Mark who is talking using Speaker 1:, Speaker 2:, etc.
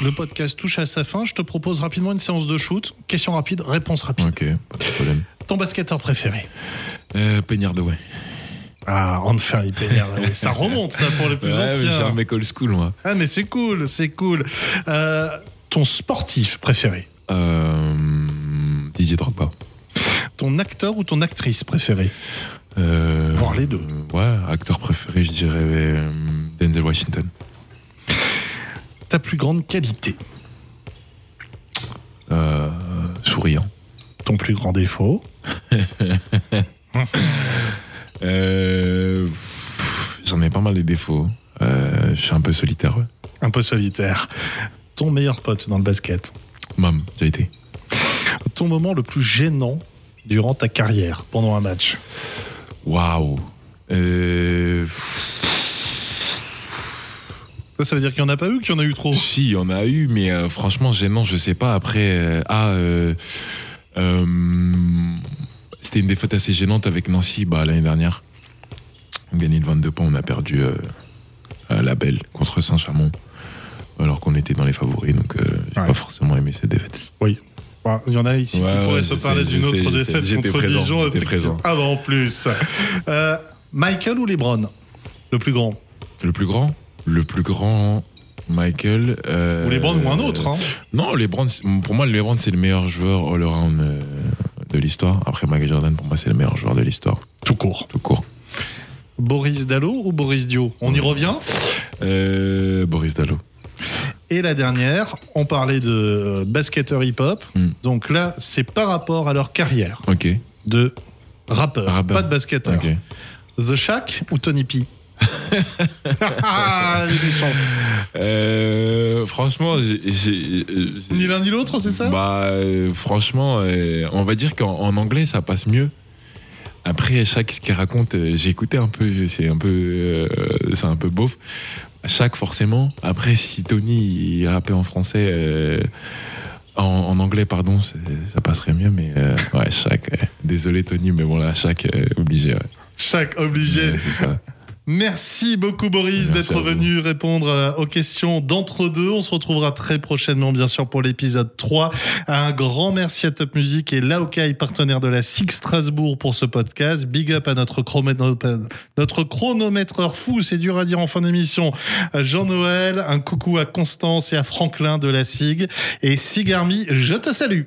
Speaker 1: Le podcast touche à sa fin. Je te propose rapidement une séance de shoot. Question rapide, réponse rapide.
Speaker 2: Ok, pas de problème.
Speaker 1: Ton basketteur préféré
Speaker 2: Euh, Peignard de ouais.
Speaker 1: Ah, enfin, les Peignard, ouais. Ça remonte, ça, pour les plus
Speaker 2: Ouais, mais j'ai
Speaker 1: anciens.
Speaker 2: un mec old school, moi.
Speaker 1: Ah, mais c'est cool, c'est cool. Euh, ton sportif préféré
Speaker 2: Euh, Didier Drogba.
Speaker 1: Ton acteur ou ton actrice préférée
Speaker 2: Euh,
Speaker 1: Voir les deux.
Speaker 2: Ouais, acteur préféré, je dirais euh, Denzel Washington.
Speaker 1: Ta plus grande qualité
Speaker 2: Euh, souriant.
Speaker 1: Ton plus grand défaut
Speaker 2: Euh, pff, J'en ai pas mal les défauts. Euh, je suis un peu solitaire. ouais.
Speaker 1: Un peu solitaire. Ton meilleur pote dans le basket
Speaker 2: Mam, j'ai été.
Speaker 1: Ton moment le plus gênant durant ta carrière, pendant un match
Speaker 2: Waouh. Euh,
Speaker 1: Ça, ça veut dire qu'il n'y en a pas eu, qu'il y en a eu trop
Speaker 2: Si, il y en a eu, mais euh, franchement, gênant, je sais pas. Après, euh, ah, euh, euh, c'était une défaite assez gênante avec Nancy bah, l'année dernière. On gagnait de 22 points, on a perdu euh, à la Belle contre Saint-Chamond, alors qu'on était dans les favoris, donc euh, j'ai
Speaker 1: Ouais.
Speaker 2: pas forcément aimé cette défaite.
Speaker 1: Oui. Bah, Il y en a ici
Speaker 2: Ouais,
Speaker 1: qui pourraient
Speaker 2: ouais,
Speaker 1: te
Speaker 2: je sais,
Speaker 1: parler d'une
Speaker 2: je
Speaker 1: autre
Speaker 2: sais, je sais.
Speaker 1: défaite
Speaker 2: J'étais
Speaker 1: contre
Speaker 2: présent,
Speaker 1: Dijon.
Speaker 2: j'étais
Speaker 1: effectivement.
Speaker 2: présent.
Speaker 1: Ah bah en plus. Euh, Michael ou Lebron Le plus grand
Speaker 2: Le plus grand Le plus grand. Michael. euh,
Speaker 1: Ou Lebron ou un autre hein.
Speaker 2: Non, LeBron, c'est- pour moi, LeBron, c'est le meilleur joueur all-around euh, de l'histoire. Après Michael Jordan, pour moi, c'est le meilleur joueur de l'histoire,
Speaker 1: Tout court.
Speaker 2: tout court.
Speaker 1: Boris Dallot ou Boris Dio On y revient
Speaker 2: Euh, Boris Dallot.
Speaker 1: Et la dernière, on parlait de euh, basketteurs hip-hop.
Speaker 2: Mm.
Speaker 1: Donc là, c'est par rapport à leur carrière
Speaker 2: Ok.
Speaker 1: de rappeur,
Speaker 2: Rappeur.
Speaker 1: pas de basketteur.
Speaker 2: Ok.
Speaker 1: The Shack ou Tony P Ah, il est méchante.
Speaker 2: Euh, franchement, j'ai- j'ai. j'ai-
Speaker 1: Ni l'un ni l'autre, c'est ça
Speaker 2: Bah, euh, franchement, euh, on va dire qu'en en anglais, ça passe mieux. Après, chaque ce qu'il raconte, euh, j'ai écouté un peu, c'est un peu, euh, c'est un peu beauf. Chaque forcément. Après, si Tony il rappait en français, euh, en, en anglais, pardon, c'est- ça passerait mieux. Mais euh, ouais, chaque. ouais. Désolé Tony, mais bon là, chaque euh, obligé. ouais.
Speaker 1: Shack obligé.
Speaker 2: Ouais, c'est ça.
Speaker 1: Merci beaucoup Boris
Speaker 2: Merci
Speaker 1: d'être
Speaker 2: à vous.
Speaker 1: venu répondre euh, aux questions d'entre-deux. On se retrouvera très prochainement bien sûr pour l'épisode 3. Un grand merci à Top Music et Laokai, partenaire de la SIG Strasbourg pour ce podcast. Big up à notre, chronomètre- notre chronométreur fou, c'est dur à dire en fin d'émission, euh, Jean-Noël. Un coucou à Constance et à Franklin de la SIG. Et SIG Army, je te salue.